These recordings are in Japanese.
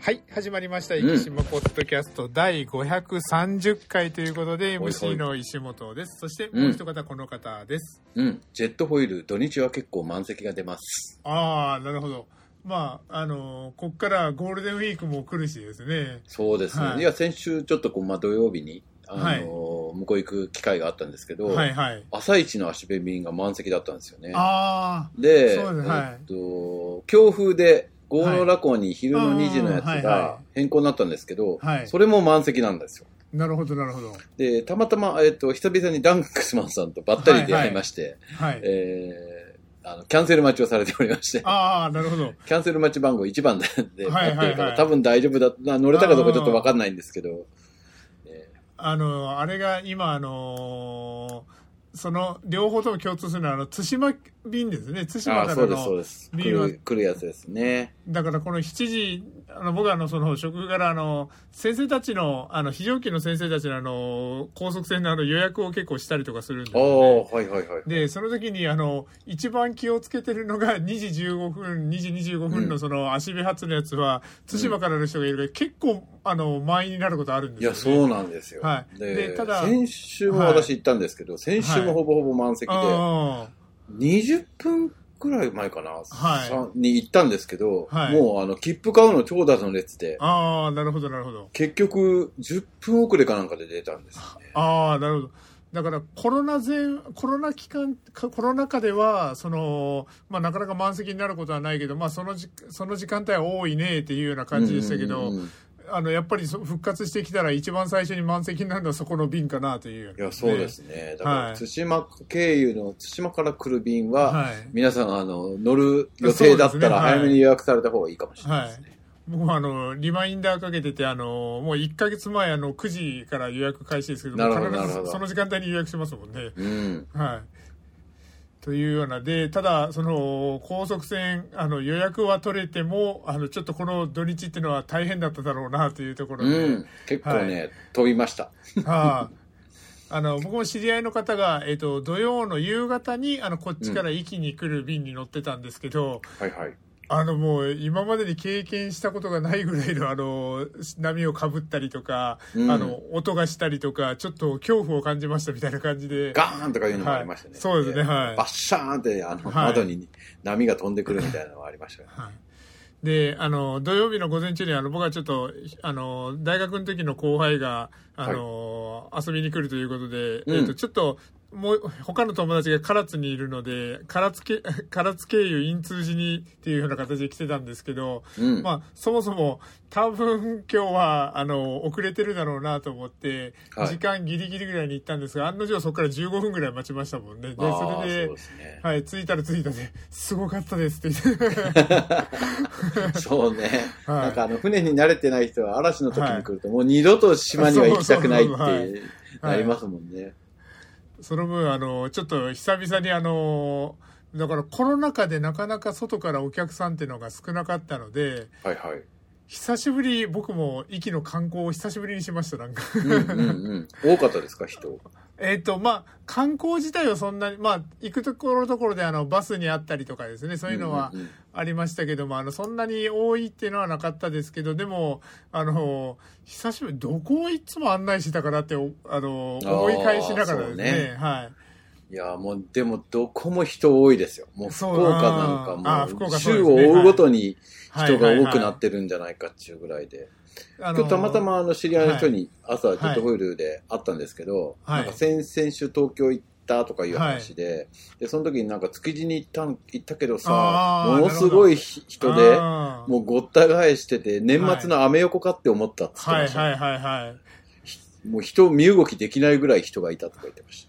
はい、始まりました。生島ポッドキャスト第530回ということで、ほいほ MC いの石本です。そして、うんもう一方、この方です。うん。ジェットホイール、土日は結構満席が出ます。ああ、なるほど。まあ、あのこっからゴールデンウィークも来るしですね。そうですね。はいい、や、先週ちょっとこう、まあ、土曜日に、あのーはい向こう行く機会があったんですけど、はいはい。朝一の足便便が満席だったんですよね。あで、そうですはいえっと、強風で、豪農ラコに昼の2時のやつはいが変更になったんですけど、はいそれも満席なんですよ。あ、なるほどなるほど。で、たまたま、えっと、久々にダンクスマンさんとばったり出会いまして、はい。えーあの、キャンセル待ちをされておりまして、ああ、なるほど。キャンセル待ち番号1番でではやいはいはいってるから、多分大丈夫だな。乗れたかどうかちょっとわかんないんですけど。えあのあれが今、あのその、両方とも共通するのは、あの、対馬便ですね。対ー馬あーかそらうです、そうの、です。ビ来ールはる、来るやつですね。だからこの7時、あの僕はあのその職からあの先生たちの、あの非常勤の先生たちのあの高速船のあの予約を結構したりとかするんですああ、よ、ね。はいはいはい。で、その時にあの一番気をつけてるのが2時15分、2時25分うのんその足部発のやつは、対馬からの人がいるから、結構あの満員になることあるんでいすよ、や、ね。そうなんですよ。はいででただ先週も私行ったんですけど、先週もほぼほぼ満席で、あ20分くらい前かな、はいさんに行ったんですけど、はいもうあの、切符買うの長蛇の列であ、ああ、なるほど、なるほど。結局10分遅れかなんかで出たんですよね。ああ、なるほど。だからコロナ前、コロナ期間、かコロナ禍では、その、まあなかなか満席になることはないけど、まあそのじ、その時間帯は多いねっていうような感じでしたけど、うんうんうんあの、やっぱりそ復活してきたら一番最初に満席になるのはそこの便かなというよういなや、そうですね。だかはいら、対馬経由の対馬から来る便は、はい皆さん、あの、乗る予定だったらそうですねはい早めに予約された方がいいかもしれなはいでいすね。。僕もあの、リマインダーかけてて、あの、もう1ヶ月前、あの、9時から予約開始ですけどなるほど必なるほずどその時間帯に予約してますもんね。うん。はい。というようなで、ただ、その高速船、あの予約は取れても、あのちょっとこの土日っていうのは大変だっただろうなというところで、うん。結構ね、飛びました。はいあの僕も知り合いの方が、えっと土曜の夕方にあのこっちから行きに来る便に乗ってたんですけど、はいはい。あのもう今までに経験したことがないぐらいのあの波をかぶったりとか、うんあの音がしたりとか、ちょっと恐怖を感じましたみたいな感じで。ガーンとかいうのもありましたね。はいそうですねはいバッシャーンって、あの、はい窓に波が飛んでくるみたいなのがありましたね。はい、であの土曜日の午前中にあの僕はちょっとあの大学の時の後輩があの、遊びに来るということで、うんえっとちょっともう他の友達が唐津にいるので唐津け 唐津経由陰通寺にっていうような形で来てたんですけど、うん。まあ、そもそも多分今日はあの遅れてるだろうなと思って、はい時間ギリギリぐらいに行ったんですが案の定そこから15分ぐらい待ちましたもんね。であーそれでそうですね。はい、着いたら着いたで、すごかったですって言って。 そうね。はいなんかあの、船に慣れてない人は嵐の時に来ると、もう二度と島には行きたくないってそうそうそういうなりますもんね。その分、あの、ちょっと久々にあの、だからコロナ禍でなかなか外からお客さんっていうのが少なかったので、はいはい。久しぶり、僕も壱岐の観光を久しぶりにしました、なんか。 うんうんうん。多かったですか、人。えっと、まあ、観光自体はそんなに、まあ、行くところどころであの、バスにあったりとかですね、そういうのはんんんありましたけども、あの、そんなに多いっていうのはなかったですけど、でも、あの、久しぶり、どこをいつも案内してたかなって、おあの、あー思い返しながらですそうねねはい。いや、もう、でも、どこも人多いですよ。もう、福そう岡なんあーあかー福もう、岡そうで週すをね追うごとにはい人が多くなってるんじゃないかっていうぐらいで。はいはい今日たまたあのーま、あの、知り合いの人に朝、ジェットホイールで会ったんですけど、はいなんか先、先週東京行ったとかいう話で、で、その時になんか築地に行ったん、行ったけどさあ、ーものすごいひ人で、あーもうごった返してて、年末のアメ横かって思ったって言ってはまいした。はいはいはい。もう人、身動きできないぐらい人がいたとか言ってました。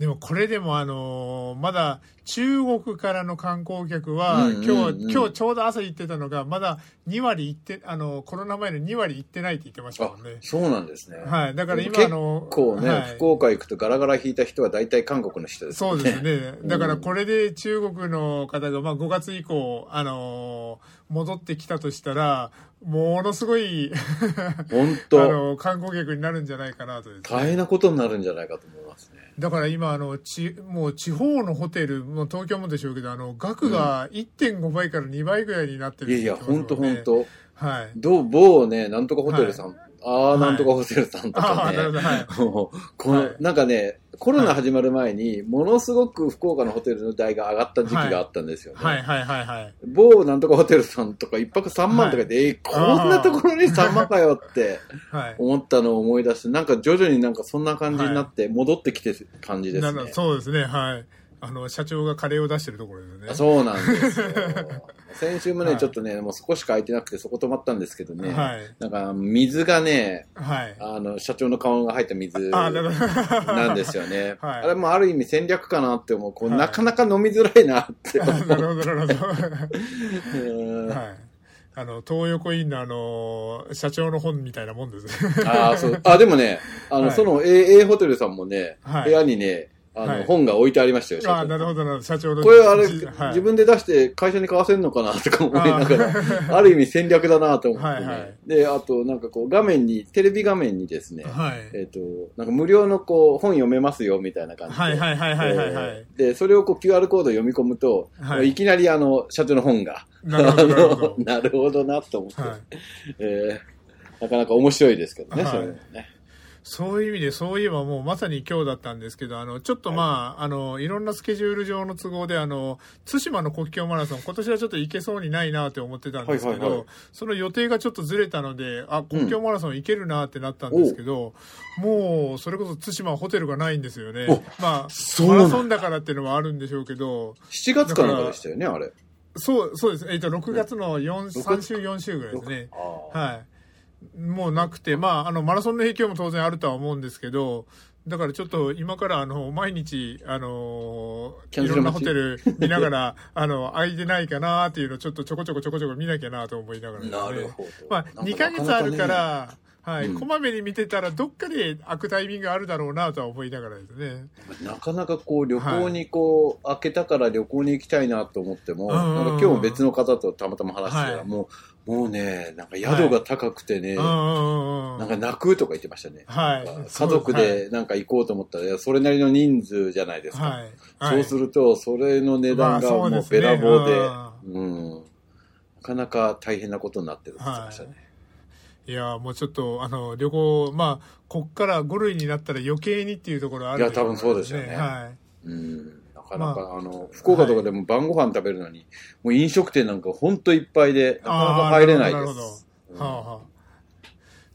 でもこれでもあのーまだ中国からの観光客は、うんうんうん今日、今日ちょうど朝行ってたのが、まだ2割行って、あのーコロナ前の2割行ってないって言ってましたもんね。そうなんですね。はい。だからでも今あのー結構ね、はい福岡行くとガラガラ引いた人は大体韓国の人ですそうですね。だからうんこれで中国の方が、まあ5月以降、あのー戻ってきたとしたら、ものすごい、本 あ当のー観光客になるんじゃないかなとですね大変なことになるんじゃないかと思いますね。だから今あのち、もう地方のホテル、もう東京もでしょうけど、あの額が1.5倍から2倍ぐらいになってるいやいや、って言っ本て当ますもん 本ね当はい。どう、某ね、なんとかホテルさん、ああ、はいなんとかホテルさんとあかあ、ねなるほ、ど。はい。もうこの、はいなんかね、コロナ始まる前に、ものすごく福岡のホテルの代が上がった時期があったんですよね。はいはいはいはい。某なんとかホテルさんとか一泊3万とかで、えーこんなところに3万かよってはい。思ったのを思い出して、なんか徐々になんかそんな感じになって、戻ってきてる感じでなすんね。だそうですね、はい。あの、社長がカレーを出してるところですね。そうなんですよ。先週もね、はいちょっとね、もう少しか空いてなくて、そこ泊まったんですけどね、はい。なんか水がね、はい。あの、社長の顔が入った水ああ、なるほど。なんですよね。はいあれもある意味戦略かなって思う。こうはいなかなか飲みづらいな って思あ なるほど、なるほ う。ど。はい。あの、東横インのあの、社長の本みたいなもんですね。ああ、そう。あ、でもね、あの、はいその A, A ホテルさんもね、はい部屋にね、あの、はい本が置いてありましたよ、社長ああ、なるほど、なるほど。社長の。これあれ、はい自分で出して会社に買わせんのかなとか思いなが ら、ある意味戦略だなと思って、ねはいはいで、あとなんかこう画面に、テレビ画面にですね、はい。えっ、と、なんか無料のこう本読めますよみたいな感じで。はいはいはいはいはいはい。で、それをこう QR コード読み込むと、はいい、きなりあの、社長の本が、。なるほど、なるほど なるほどなと思って、はい。えーなかなか面白いですけどね、はいそれもね。そういう意味で、そういえばもうまさに今日だったんですけど、あの、ちょっとまあ、い、あの、いろんなスケジュール上の都合で、あの、対馬の国境マラソン、今年はちょっと行けそうにないなって思ってたんですけど、はいはいはいその予定がちょっとずれたので、あ、国境マラソン行けるなってなったんですけど、もう、それこそ対馬はホテルがないんですよねお。まあ、そマうなんだラソンだからっていうのはあるんでしょうけど、 7月かなんかでしたよね、あれ。そう、そうです。えっ、と、6月の4、月3週、4週ぐらいですね。あはい、もうなくて、まあ、あのマラソンの影響も当然あるとは思うんですけど、だからちょっと今からあの毎日、あのキャいンセろルんなホ待ちテル見ながら あの空いてないかなっていうのをちょっとちょこちょこちょこちょこ見なきゃなと思いながらーですね、なるほど。まあ、2ヶ月あるかなかなかね、ら、はいうんこまめに見てたら、どっかで開くタイミングがあるだろうなとは思いながらですね。なかなかこう旅行にこう、開けたから旅行に行きたいなと思っても、うんうんうなんんか今日も別の方とたまたま話してたら、はいもう、もうね、なんか宿が高くてね、うんうんうんうなんんか泣くとか言ってましたね。はい家族でなんか行こうと思ったら、いやそれなりの人数じゃないですか。はいそうすると、それの値段がもまあそうでうすねべらぼうで、ううん、なかなか大変なことになってるって言ってましたね。いやーもうちょっとあの旅行まあこっから5類になったら余計にっていうところあるんしょいや多分そうですよねはいうん、なかなか、まあ、の福岡とかでも晩ご飯食べるのに、もう飲食店なんか本当いっぱいで、なかなか入れないあーるでほどるほす。どはあはあ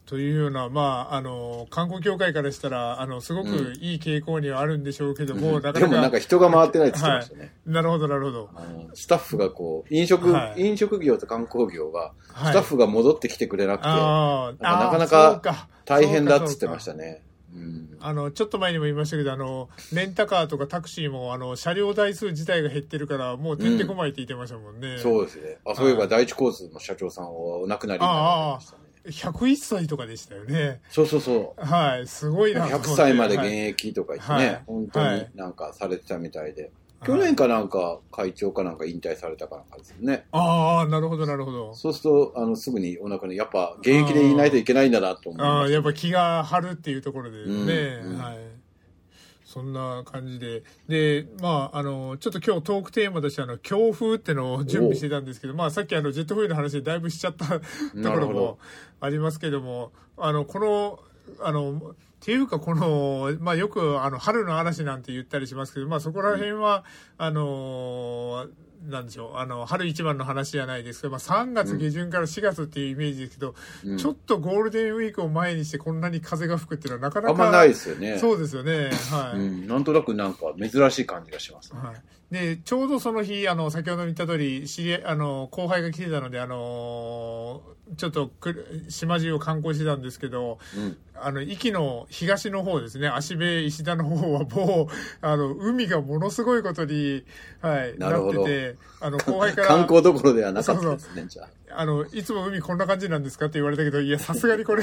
というような、まあ、あの、観光協会からしたら、あの、すごくいい傾向にはあるんでしょうけども、なかでなもなんかか、人が回ってないって言ってましたね。なるほど、なるほど。あのスタッフがこう、飲食、はい飲食業と観光業が、はいスタッフが戻ってきてくれなくて、あーあー、なかなかそうか大変だっつってましそうかたね。うんそうかあの、ちょっと前にも言いましたけど、あの、レンタカーとかタクシーも、あの、車両台数自体が減ってるから、もうてんてこまいって言ってましたもんね。そうですね。あ、そういえば第一交通の社長さんはお亡くなりになられましたね。 101歳とかでしたよね。そうそうそう。はい、すごいな。 100歳まで現はい役とか言ってはね、い本当になんかされてたみたいで。去年かなんか会長かなんか引退されたかなんかですよね。ああ、なるほど、なるほど。そうすると、あの、すぐにお亡くなり、やっぱ現役でいないといけないんだなと思いあまあ、したやっぱ気が張るっていうところでね、うんうんはい。そんな感じで。で、まあ、あの、ちょっと今日トークテーマとして、あの、強風ってのを準備してたんですけど、まあ、さっきあの、ジェットフィールの話でだいぶしちゃったとこなるろほもどありますけども、あの、この、あの、っていうか、この、まあ、よく、あの、春の嵐なんて言ったりしますけど、まあ、そこら辺は、あの、なんでしょう、あの、春一番の話じゃないですけど、まあ、3月下旬から4月っていうイメージですけど、うんちょっとゴールデンウィークを前にしてこんなに風が吹くっていうのはなかなかあんまないですよね。そうですよね。はい。うん、なんとなくなんか珍しい感じがします。はい、でちょうどその日あの先ほども言った通り知り合いあの後輩が来てたのであのちょっとくる島中を観光してたんですけどうん、あの壱岐の東の方ですね芦部石田の方はもう あの海がものすごいことに、はい、なるほどっててあの後輩から観光どころではなかったですね、じゃあ。あの、いつも海こんな感じなんですかって言われたけど、いや、さすがにこれ、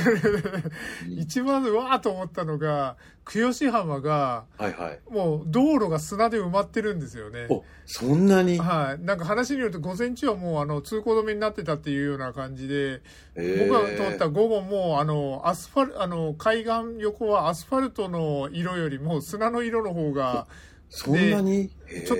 一番うわーと思ったのが、久吉浜が、はいはい。もう道路が砂で埋まってるんですよね。お、そんなに、はい。なんか話によると、午前中はもうあの通行止めになってたっていうような感じで、えー僕が通った午後も、あの、アスファル、あの、海岸横はアスファルトの色よりも砂の色の方が、そんなにちょっ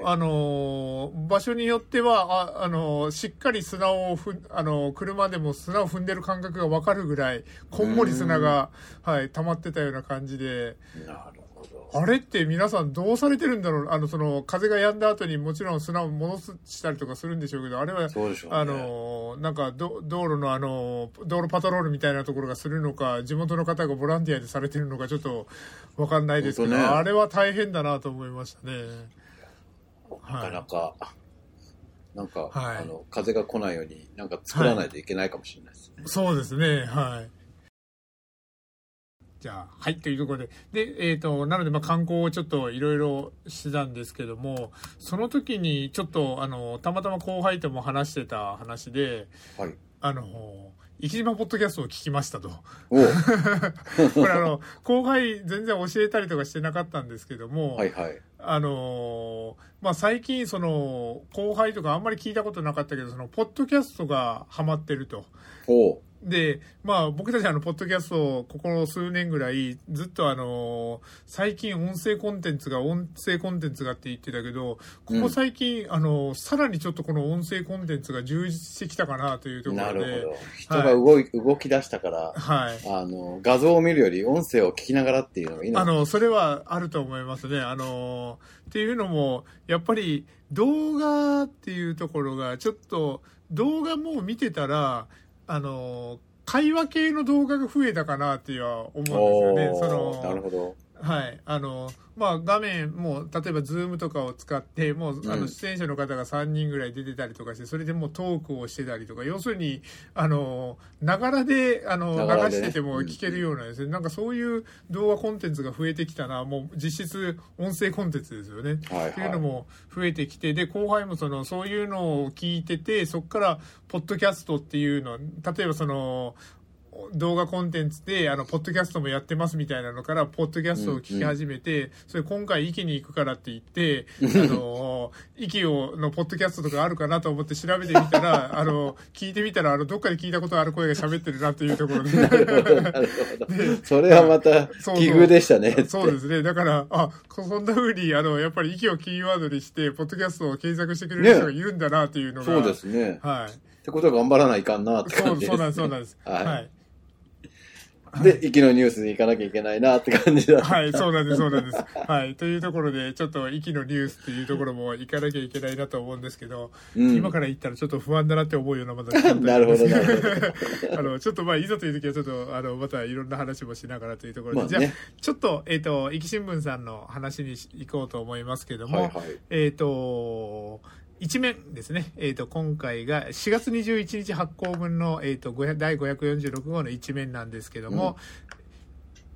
と、あのー場所によっては、あ、あのーしっかり砂をふん、あのー車でも砂を踏んでる感覚がわかるぐらい、こんもり砂が、はい、溜まってたような感じで、と。なるほど。あれって皆さんどうされてるんだろうあの、その、風が止んだ後にもちろん砂を戻すしたりとかするんでしょうけど、あれは、そうでしょうね。あのーなんかど、道路のあのー、道路パトロールみたいなところがするのか、地元の方がボランティアでされてるのか、ちょっとわかんないですけど、本当ねあれは大変だなと思いましたね。なかなはか、なんか、はいあの、風が来ないように、なんか作らないといけないかもしれないですね。い。そうですね、はい。じゃあ、はい、というところで。で、えっ、と、なので、まあ、観光をちょっといろいろしてたんですけども、その時に、ちょっと、あの、たまたま後輩とも話してた話で、はい。あの、生島ポッドキャストを聞きましたと。 おう これあの、後輩全然教えたりとかしてなかったんですけども、はいはい。あのーまあ、最近その、後輩とかあんまり聞いたことなかったけど、その、ポッドキャストがハマってると。おうで、まあ僕たちあの、ポッドキャストをここ数年ぐらい、ずっとあのー最近音声コンテンツが、音声コンテンツがって言ってたけど、ここ最近、あのーさらにちょっとこの音声コンテンツが充実してきたかなというとこなろるでほ、ど。人が動い、動き出したから、はい。あの、画像を見るより音声を聞きながらっていうのがいいのあかなの、それはあると思いますね。あの、っていうのも、やっぱり動画っていうところが、ちょっと動画もう見てたら、あの、会話系の動画が増えたかなっていうは思うんですよね。そおーなるの、ほど。はい。あの、まあ、画面も、例えばズームとかを使って、もう、あうの、ん出演者の方が3人ぐらい出てたりとかして、それでもうトークをしてたりとか、要するに、あの、ながらで、あの、ながら流でねしてても聞けるようなですね、なんかそういう動画コンテンツが増えてきたな、もう実質音声コンテンツですよね。はいっていうはのい。も増えてきて、で、後輩もその、そういうのを聞いてて、そこから、ポッドキャストっていうの、例えばその、動画コンテンツで、あの、ポッドキャストもやってますみたいなのから、ポッドキャストを聞き始めて、それ今回、息に行くからって言っ て、あの、息を、のポッドキャストとかあるかなと思って調べてみたら、あの、聞いてみたら、あの、どっかで聞いたことある声が喋ってるなっていうところで。なるほど、 なるほど。それはまそたうそう、奇遇でしたね。そうですね。だから、あ、こそんな風に、あの、やっぱり息をキーワードにして、ポッドキャストを検索してくれる人がいるんだなっていうのが。そうで。すね。はい。ってことは頑張らないかんなってそ感うじです、そね。うなんです、そうなんです。はいはい。で、息のニュースに行かなきゃいけないなって感じだ。はい、そうなんです、そうなんです。はい。というところで、ちょっと息のニュースっていうところも行かなきゃいけないなと思うんですけど、うん。今から行ったらちょっと不安だなって思うような、まだ なるほど、なるほ ど。あの、ちょっとまあ、いざという時はちょっと、あの、またいろんな話もしながらというところで、まあじねゃあ、ちょっと、えっ、と、壱岐新聞さんの話に行こうと思いますけども、はいはい。えっ、と、一面ですね。えっ、と、今回が4月21日発行分の、えっ、と、500第546号の一面なんですけども、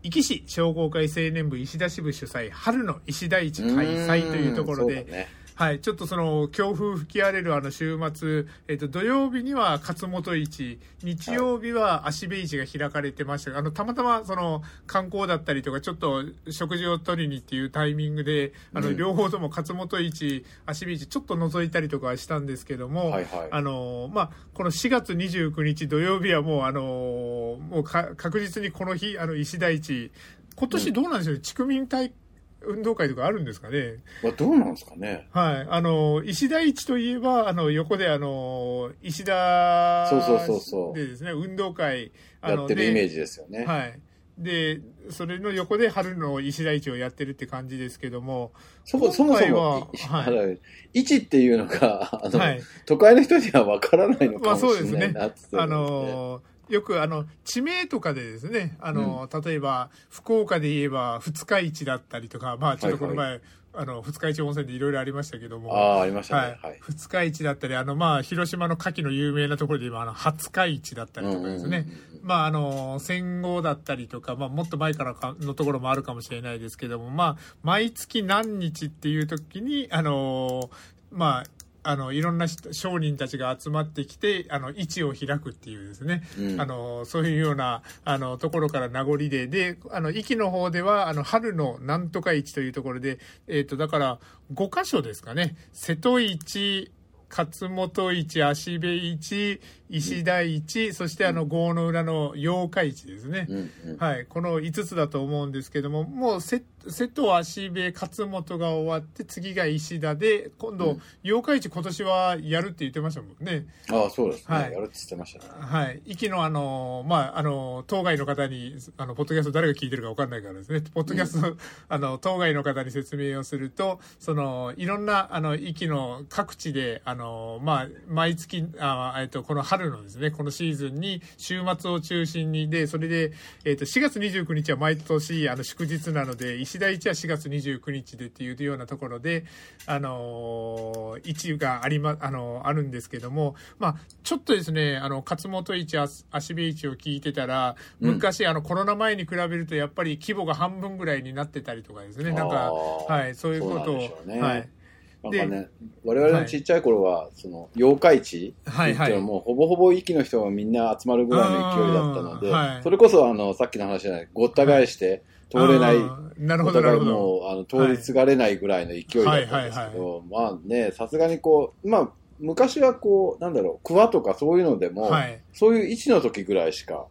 壱岐市商工会青年部石田支部主催、春の石田市開催というところうーんでそう、だねはい、ちょっとその強風吹き荒れるあの週末、えっと土曜日には勝本市、日曜日は足部市が開かれてましたが、あのたまたまその観光だったりとか、ちょっと食事を取りにっていうタイミングで、あのうん両方とも勝本市、足部市、ちょっと覗いたりとかはしたんですけども、はいはいあのまあ、この4月29日土曜日はもう、あのもうか確実にこの日、あの石田市、今年どうなんでしょうね、地区民体運動会とかあるんですかね。まあ、どうなんですかね。はい。あの、石田市といえば、あの、横で、あの、石田そうそうそうそうでですね、運動会、あやの、ってるイメージ、ジですよね。はい。で、それの横で春の石田市をやってるって感じですけども、そこそもそ今も、回ははいあの位置っていうのが、あの、はい。都会の人にはわからないのまかあそもうでしすれなねいなって、あの、よくあの、地名とかでですね、あの、例えば、福岡で言えば、二日市だったりとか、まあちょっとこの前、あの、二日市温泉でいろいろありましたけども、ああ、ありましたはねい。。はい。二日市だったり、あの、まあ、広島の牡蠣の有名なところで今、あの、二日市だったりとかですね。うんうんうんまあ、あの、戦後だったりとか、まあ、もっと前からかのところもあるかもしれないですけども、まあ、毎月何日っていう時に、あの、まあ、あの、いろんな人商人たちが集まってきて、あの、位置を開くっていうですね。うんあの、そういうような、あの、ところから名残で、で、あの、域の方では、あの、春のなんとか市というところで、えっ、と、だから、5箇所ですかね。瀬戸市、勝本市、足部市、石台市、そしてあの、郷の裏の八日市ですね。うんうんはい、この5つだと思うんですけども、もう瀬瀬戸足部勝本が終わって、次が石田で、今う度ん、八日市今年はやるって言ってましたもんね。ああ、そうですね。はやいるって言ってましたね。はい。息のあの、まあ、あの、当該の方に、あの、ポッドキャスト誰が聞いてるかわかんないからですね。ポッドキャスト、あの、当該の方に説明をすると、その、いろんな、あの、息の各地で、あの、まあ、毎月、あえっと、この春のですね、このシーズンに、週末を中心に、で、それで、えっと、4月29日は毎年、あの、祝日なので、石田一は4月29日でっていうようなところで、あのー、一がありま、あのーあるんですけども、まあ、ちょっとですね、あの、勝本市、あ足部市を聞いてたら、うん昔、あの、コロナ前に比べると、やっぱり規模が半分ぐらいになってたりとかですね、なんあか、ーはい、そういうことそうなを、んでしょうねはい、なんかね、我々のちっちゃい頃は、その、妖怪地っはてい、言っはてもい。もうほぼほぼ息の人がみんな集まるぐらいの勢いだったので、うんはいそれこそ、あの、さっきの話じゃない、ごった返して通れない、あーなるおほど、な互るいほど。もうあの通りつがれないぐらいの勢いだったんですけど、まあね、さすがにこう、まあ、昔はこう、なんだろう、クワとかそういうのでも、はい。そういう位置の時ぐらいしか、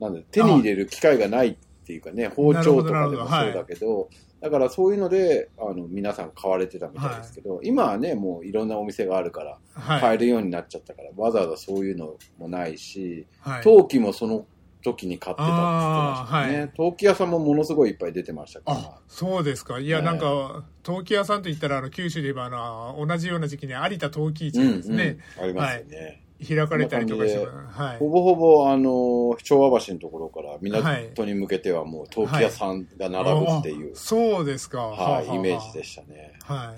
なんで手に入れる機会がないっていうかね、包丁とかでもなるほそうどなるほどだけど、だからそういうので、あの、皆さん買われてたみたいですけど、今はね、もういろんなお店があるから、は買えい。るようになっちゃったから、わざわざそういうのもないし、はい。陶器もその時に買ってたって言ってましたね。あーは陶器屋さんもものすごいいっぱい出てましたから。あそうですか。いや、はいなんか、陶器屋さんといったら、あの、九州で言えば、あの、同じような時期に有田陶器市がですね、うんうん、ありますよね、開かれたりとかして、こんはい。ほぼほぼあの昭和橋のところから港に向けてはもう陶器屋さんが並ぶっていうあ、そうですか。はいイメージでししたね。た。はい。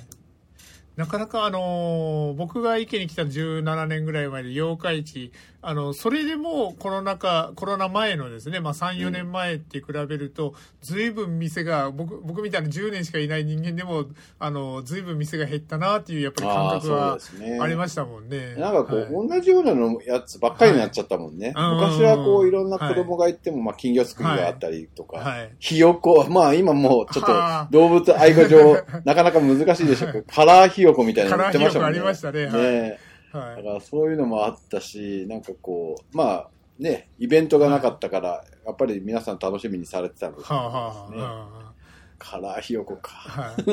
なかなかあのー僕が池に来た17年ぐらい前で八日市、あの、それでもコロナ禍、コロナ前のですね、まあ3、4年前って比べると、随分店が、僕、僕みたいな10年しかいない人間でも、あの、随分店が減ったなっていうやっぱり感ああ覚そうはですね。ありましたもんね。なんかこう、はい同じようなのやつばっかりになっちゃったもんね。はい昔はこうんうんううんいろんな子供が行っても、まあ金魚すくいがあったりとか、はい。ひよこ、まあ今もうちょっとはあ動物愛護 上、なかなか難しいでしょうけど、カラーひよこみたいなの売ってましたもんね。カラーひよこありましたねはいねえはだい。からそういうのもあったし、なんかこう、まあね、イベントがなかったから、やっぱり皆さん楽しみにされてたのですはね。あ、はあはあはあ。カラーひよこか。はい。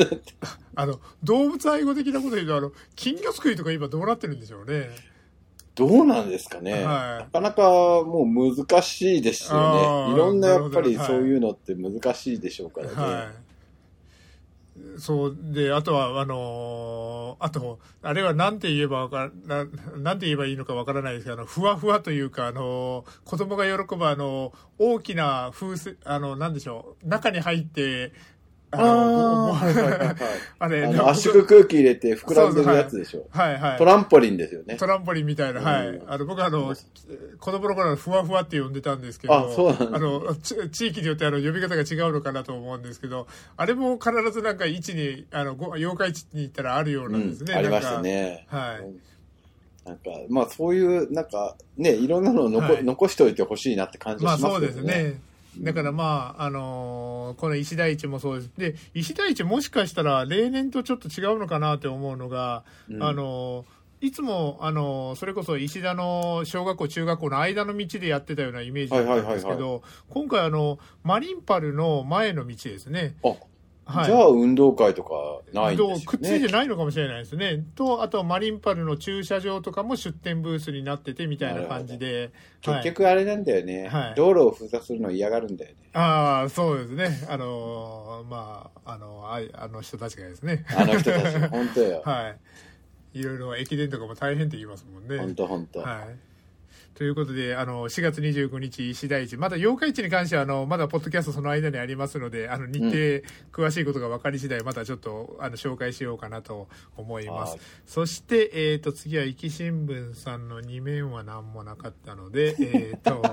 あの、動物愛護的なこと言うと、あの、金魚すくいとか今どうなってるんでしょうね。どうなんですかね。はいなかなかもう難しいですよあーね。いろんなやっぱりなるほどそういうのって難しいでしょうからね。はい。そう、で、あとは、あのーあと、あれはなんて言えばわかな、なんて言えばいいのかわからないですけど、あの、ふわふわというか、あのー子供が喜ぶ、あの大きな風船、あの、なんでしょう、中に入って、ああのーはいはい はいはい あれ、あなんのか圧縮空気入れて膨らんでるやつでしょ。はいはい。トランポリンですよね。トランポリンみたいな、はういん。あの、僕はあの、子供の頃はふわふわって呼んでたんですけあど、そうなんですねあの、ち地域によってあの、呼び方が違うのかなと思うんですけど、あれも必ずなんか位置に、あの、ご妖怪地に行ったらあるよううなんでんすね。ありましたなんね。か。はうい。んなんか、まあそういう、なんか、ね、いろんなのを残,、はい残しておいてほしいなって感じまはあしまそうすでけすどね。ね。だからまあ、あのーこの石田市もそうです。で、石田市もしかしたら例年とちょっと違うのかなって思うのが、うんあのいつもあのそれこそ石田の小学校中学校の間の道でやってたようなイメージだったんですけはいはいはど今回あのマリンパルの前の道ですね。あ、はい、じゃあ運動会とかないんですよね。とくっついてないのかもしれないですね。と、あとはマリンパルの駐車場とかも出店ブースになっててみたいな感じで。結はい、局あれなんだよね、はい道路を封鎖するの嫌がるんだよね。ああ、そうですね。あのまあ、あの、あいあの人たちがですね。あの 人たち、本当よ。はい。いろいろ駅伝とかも大変って言いますもんね。本当本当。はい。ということで、あの、4月29日、石田市、まだ8日市に関しては、あの、まだポッドキャストその間にありますので、あの、日程、詳しいことが分かり次第、またちょっと、あの、紹介しようかなと思いますはい。そして、えっ、と、次は、壱岐新聞さんの2面は何もなかったので、えっ、と、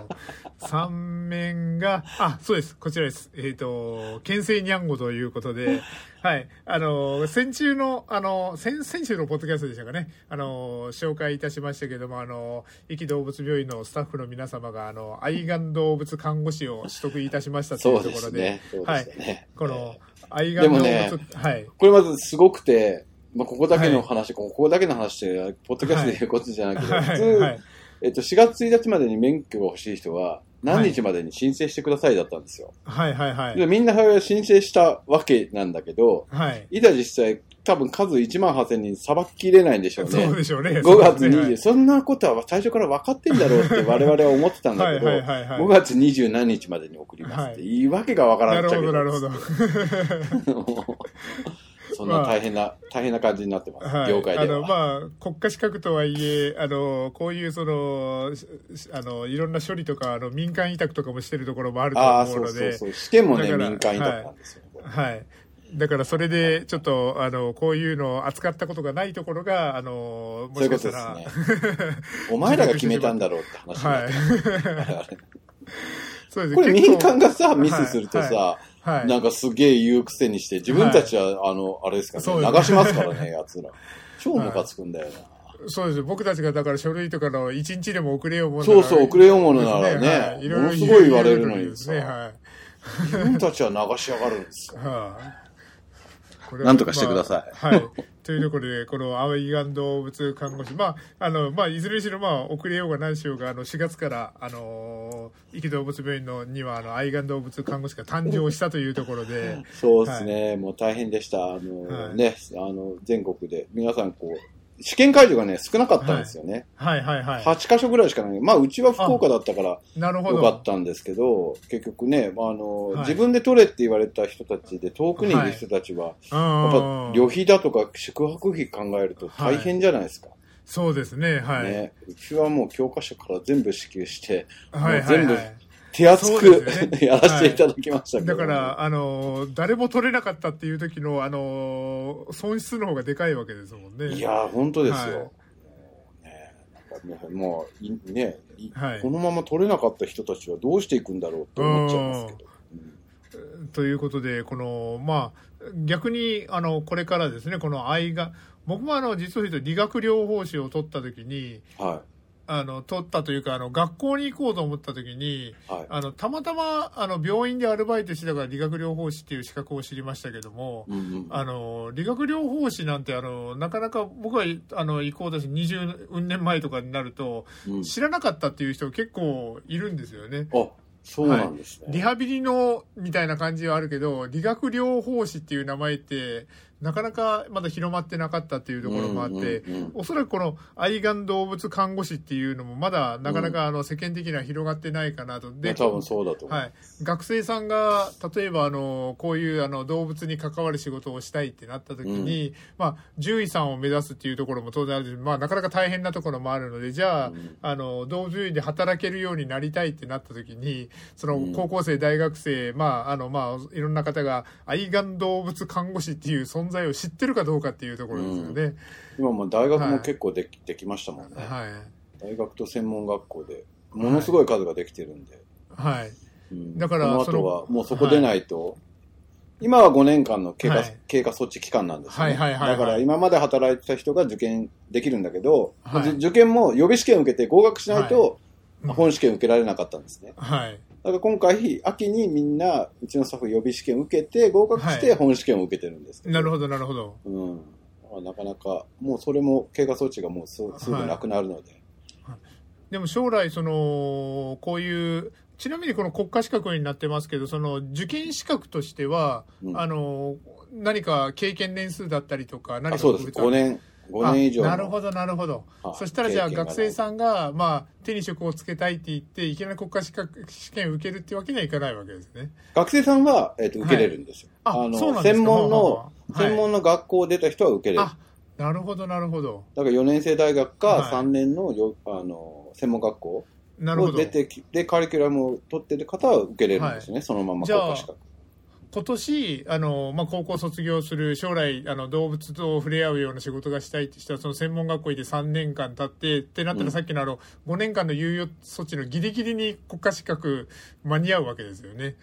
3面が、あ、そうです、こちらです。えっ、と、県政にゃんごということ で、はい。あの、先週の、あの、先、先週のポッドキャストでしたかね。あの、紹介いたしましたけども、あの、壱岐動物病院のスタッフの皆様が、あの、愛玩動物看護師を取得いたしましたといそううとでころすで、ね。そうではしいた。ね。こえのー、愛玩動物、でもねはい。これまずすごくて、まあ、ここだけの話、ここだけの話って、ポッドキャストで言うことじゃなくて、は普い。通、はい。えっと、4月1日までに免許が欲しい人は、何日までに申請してくださいだったんですよ。はいはいはでい。みんなそれは申請したわけなんだけど、はい。いざ実際、多分数1万8000人さばききれないんでしょうそうね。でしょうね。 5月そう20、ですそんなことは最初から分かってんだろうって我々は思ってたんねはだいけど、はいはいはい5はい。月20何日までに送りますって、い、いわけがわからなんるっちゃほけどなるほど。そんな大変な、大変な感じになってます、はい、業界あでのは。まあ国家資格とはいえあのこういうそのしあのいろんな処理とかあの民間委託とかもしてるところもあるとああ、思うそうのそうでそう。試験もね、だから民間委託なんですよ。はいだからそれでちょっとあのこういうのを扱ったことがないところがあのもそういしかしうことたですらね。お前らが決めたんだろうって話になってはいますそうこれ結構民間がさ、ミスするとさ、はいなんかすげえ言うくせにして、自分たちは、あの、あれですかそうね、です流しますからね、やつら。超ムカつくんだよな。そうです僕たちがだから書類とかの一日でも遅れようものなそうらそう、遅れようものなですねらはね、いろものいろすごい言われるの言うにですねさ、はい自分たちは流しやがるんですよ。はい、これはなんとかしてくださいまあはい。というところで、この青いがん動物看護師、まあ、あの、まあ、いずれにしろ、まあ、遅れようが何しようが、あの、4月から、あのー、壱岐動物病院のには、あの、愛がん動物看護師が誕生したというところで、そうですね、もう大変でした。あの、はいね、あの、全国で、皆さんこう、試験会場がね、少なかったんですよね。はいはいは8箇所ぐらいしかない。まあ、うちは福岡だったから、い。なるほよかっど。たんですけど、結局ね、あの、はい自分で取れって言われた人たちで、遠くにいる人たちは、やっぱ旅うん。費だとか宿泊費考えると大変じゃないですか。そうですね、はい。ね、うちはもう教科書から全部支給して、はいもうはい全部はい。手厚そうく、です ねやらせていただきましたけど、だから、あのー、誰も取れなかったっていう時の、あのー、損失の方がでかいわけですもんね。いやー、本当ですはいよ。ねなんかねもう、いね、いはいこのまま取れなかった人たちはどうしていくんだろうって思っちゃいますけど。ということで、この、まあ、逆に、あの、これからですね、この愛が、僕もあの、実を言うと理学療法士を取った時に、はあの、取ったというか、あの、学校に行こうと思った時に、い。はい。あの、たまたま、あの、病院でアルバイトしてたから理学療法士っていう資格を知りましたけども、うんうんあの、理学療法士なんて、あの、なかなか僕は、あの、行こうとして20年前とかになると、うん知らなかったっていう人結構いるんですよね。あ、そうなんですリね。ハビリのみたいな感じはあるけど、理学療法士っていう名前って、なかなかまだ広まってなかったっていうところもあって、うんうんうんおそらくこの愛がん動物看護師っていうのもまだなかなかあの世間的には広がってないかなと。で、多分そうだと思う。はい、学生さんが例えばあのこういうあの動物に関わる仕事をしたいってなった時に、まあ、獣医さんを目指すっていうところも当然あるし、まあ、なかなか大変なところもあるのでじゃあ,、うんあの動物病院で働けるようになりたいってなった時にそのうん高校生大学生、まああのまあ、いろんな方が愛がん動物看護師っていう存在を知ってるかどうかっていうところですよね。今もう大学はもい結構でき,、できましたもんね。はい大学と専門学校で、ものすごい数ができてるんで。はいうんだからこのそ後のは、もうそこ出ないと、今は5年間の経過,、はい経過措置期間なんですよね、はいはいはいはいだから今まで働いてた人が受験できるんだけど、はいじ受験も予備試験受けて合格しないと、うん本試験受けられなかったんですね。はいだから今回、秋にみんな、うちのスタッフ予備試験受けて、合格しはてい本試験を受けてるんですけど。なるほどなるほど。うん。まあなかなか、もうそれも経過措置がもうすすぐなくなるので。でも将来そのこういうちなみにこの国家資格になってますけどその受験資格としては、うんあの何か経験年数だったりとか何あかそうです。5年、5年以上の。あなるほどなるほど、はいそしたらじゃあ経験がない学生さんが、まあ、手に職をつけたいって言っていきなり国家資格試験受けるってわけにはいかないわけですね学生さんは、えっとはい受けれるんですよ。あのそうなんですか専門はあはの、あはい専門の学校を出た人は受けれる。だあなるほどなるほどから4年生大学かはい3年のよ、あの専門学校なるほをど出てきでカリキュラムを取ってる方は受けれるんですね、そのままじゃ国あ家資格。今年あの、まあ、高校卒業する将来あの動物と触れ合うような仕事がしたいって人はその専門学校にいて3年間経ってってなったうんらさっきのあの5年間の猶予措置のギリギリに国家資格間に合うわけですよね。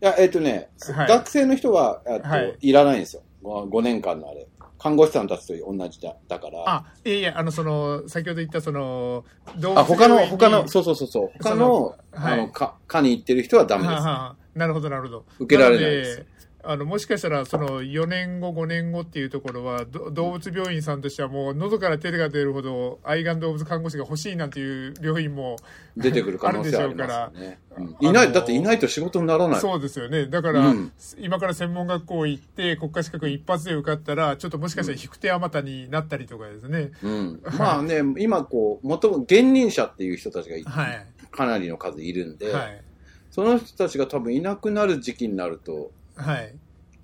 いや、えっ、とね、はい学生の人は、えっとはいい、らないんですよ。5年間のあれ。看護師さんたちと同じだだから。あいやいやあのその先ほど言ったその動あ、他の、病院に他の、そうそうそうそう。他その、のはいあの、か、科に行ってる人はダメではあす。はあなるほどなるほど受けられないですのであの、もしかしたら、その、4年後、5年後っていうところは、ど動物病院さんとしてはもう、喉から手が出るほど、愛玩動物看護師が欲しいなんていう病院も、出てくる可能性ありますね。うん、いない、だっていないと仕事にならない。そうですよね。だから、うん、今から専門学校行って、国家資格一発で受かったら、ちょっともしかしたら引く手あまたになったりとかですね。うん。まあね、今こう、もとも、現任者っていう人たちが、はい、かなりの数いるんで、はい、その人たちが多分いなくなる時期になると、はい。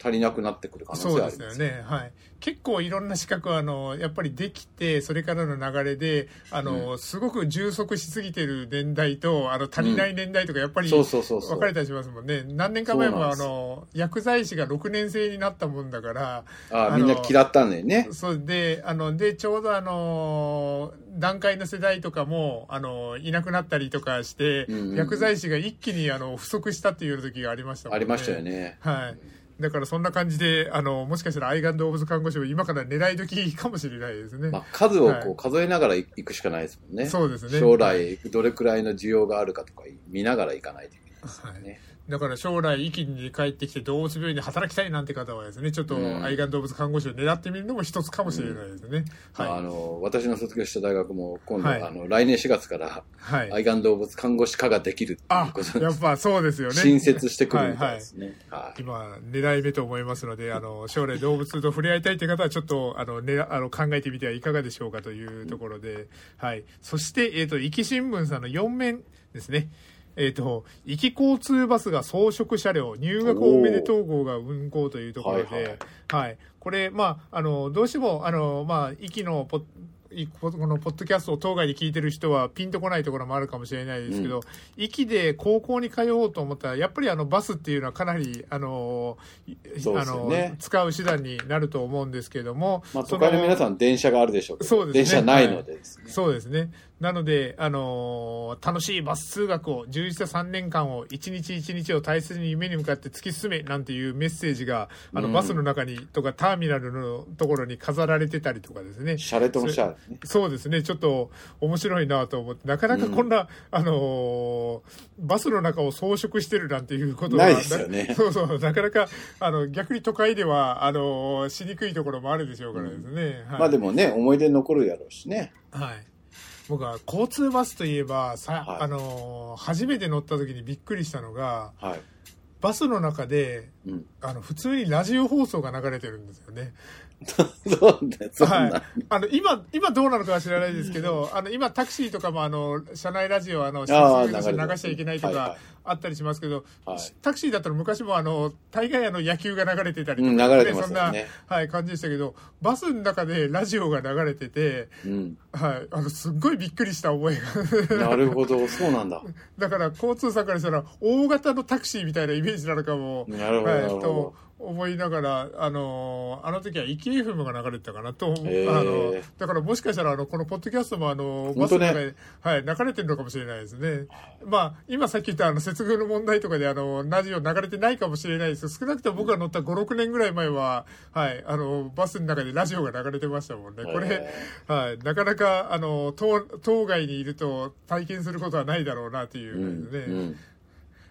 足りなくなってくる可能性ありますよね。はい。結構いろんな資格は、あの、やっぱりできて、それからの流れで、あの、うん、すごく充足しすぎてる年代と、あの、足りない年代とか、やっぱり、分かれたりしますもんね。何年か前も、あの、薬剤師が6年生になったもんだから、ああみんな嫌ったんだよね。そうで、あの、で、ちょうどあの、段階の世代とかも、あの、いなくなったりとかして、うんうん、薬剤師が一気に、あの、不足したっていう時がありましたもんね。ありましたよね。はい。だからそんな感じで、あの、もしかしたら愛玩動物看護師も今から狙い時かもしれないですね。まあ、数をこう数えながら行くしかないですもんね。はい、そうですね。将来どれくらいの需要があるかとか見ながら行かないといけないですよね。はいだから将来、生きに帰ってきて動物病院で働きたいなんて方はですね、ちょっと愛玩動物看護師を狙ってみるのも一つかもしれないですね。うん、はい、あの私の卒業した大学も今度、はい、あの来年4月から愛玩動物看護師科ができるっていうことで、はい、やっぱそうですよね。、新設してくるみたいですね。はい、はい今、狙い目と思いますので、あの将来動物と触れ合いたいという方はちょっとあの、ね、あの考えてみてはいかがでしょうかというところで、うん、はい。そして、えっ、ー、と、壱岐新聞さんの4面ですね。えっ、と、行き交通バスが装飾車両、入学おめでとう号が運行というところで、はい、はいはい、これ、まあ、あの、どうしても、あの、まあ、息のポこのポッドキャストを当該で聞いてる人はピンとこないところもあるかもしれないですけど、うん、駅で高校に通おうと思ったら、やっぱりあのバスっていうのはかなり、あの、ね、あの、使う手段になると思うんですけれども。まあ、都会の皆さん電車があるでしょうけど、そうですね、電車ないので、ねはい、そうですね。なので、あの楽しいバス通学を、充実した3年間を、一日一日を大切に夢に向かって突き進め、なんていうメッセージが、あの、バスの中に、とか、ターミナルのところに飾られてたりとかですね。シャレともシャレ。そうですね、ちょっと面白いなと思って、なかなかこんな、うん、あのバスの中を装飾してるなんていうことは、ないですよね。そうそう、なかなか、あの、逆に都会では、あのしにくいところもあるでしょうからですね。まあでもね、思い出残るやろうしね。はい。僕は交通バスといえば、さ、はい、あの初めて乗った時にびっくりしたのが、はい、バスの中で、うん、 あの、普通にラジオ放送が流れてるんですよね。。はいあの、今、今どうなのかは知らないですけ ど、あの、今タクシーとかもあの、車内ラジオ、あの、車内ラジオ流しちゃいけないとか、あったりしますけど、はい、タクシーだったら昔もあの、大概あの、野球が流れてたりとか、ね、うん、流れてますね。そんな、はい、感じでしたけど、バスの中でラジオが流れてて、うん、はい、あの、すっごいびっくりした覚えが。なるほど、そう なんだ。だから、交通さんからしたら、大型のタクシーみたいなイメージなのかも、なるほど。はい、と思いながら、あのー、あの時はイキエフムが流れてたかなと、あの、だからもしかしたら、あの、このポッドキャストも、あの、バスの中で、ね、はい、流れてるのかもしれないですね。まあ、今さっき言った、あの、接遇の問題とかで、あの、ラジオ流れてないかもしれないですけど、少なくとも僕が乗った5、6年ぐらい前は、はい、あの、バスの中でラジオが流れてましたもんね。これ、はい、なかなか、あの、当、当該にいると体験することはないだろうな、というね。うんうん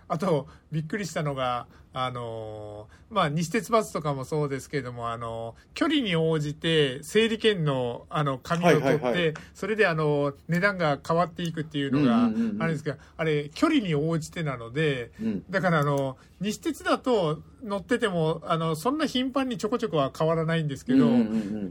あと、びっくりしたのが、あのー、まあ、西鉄バスとかもそうですけれども、あのー、距離に応じて、整理券の、あの、紙を取って、それで、あのー、値段が変わっていくっていうのが、あれですけど、あれ、距離に応じてなので、うん、だから、あの、西鉄だと乗ってても、あの、そんな頻繁にちょこちょこは変わらないんですけど、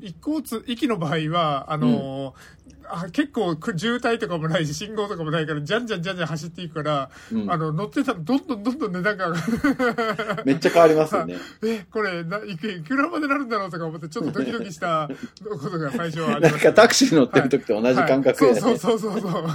一交通、駅の場合は、あの、うんあ結構渋滞とかもないし、信号とかもないから、じゃんじゃんじゃんじゃん走っていくから、うん、あの、乗ってたらどんどんどんどん値段が上がる。めっちゃ変わります よね。 え、これな、いく、いくらまでなるんだろうとか思って、ちょっとドキドキしたことが最初はありま、ね、なんかタクシー乗ってる時と同じ感覚で、ね、はいはい、そうそうそう そうそう。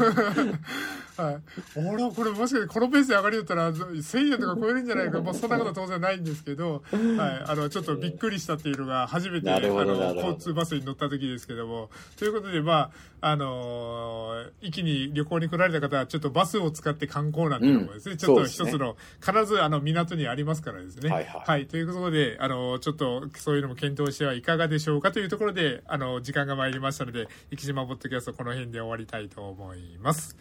はい、俺はこれもしかしてこのペースで上がりだったら1000円とか超えるんじゃないか、 まあ、そんなことは当然ないんですけど、はい、あのちょっとびっくりしたっていうのが初めて、あの交通バスに乗った時ですけどもということでまああのー、一気に旅行に来られた方はちょっとバスを使って観光なんていうのもですね、うん、ちょっと一つの、ね、必ずあの港にありますからですね。はい、はいはい、ということで、あのー、ちょっとそういうのも検討してはいかがでしょうかというところで、あのー、時間が参りましたので生島ポッドキャストこの辺で終わりたいと思います。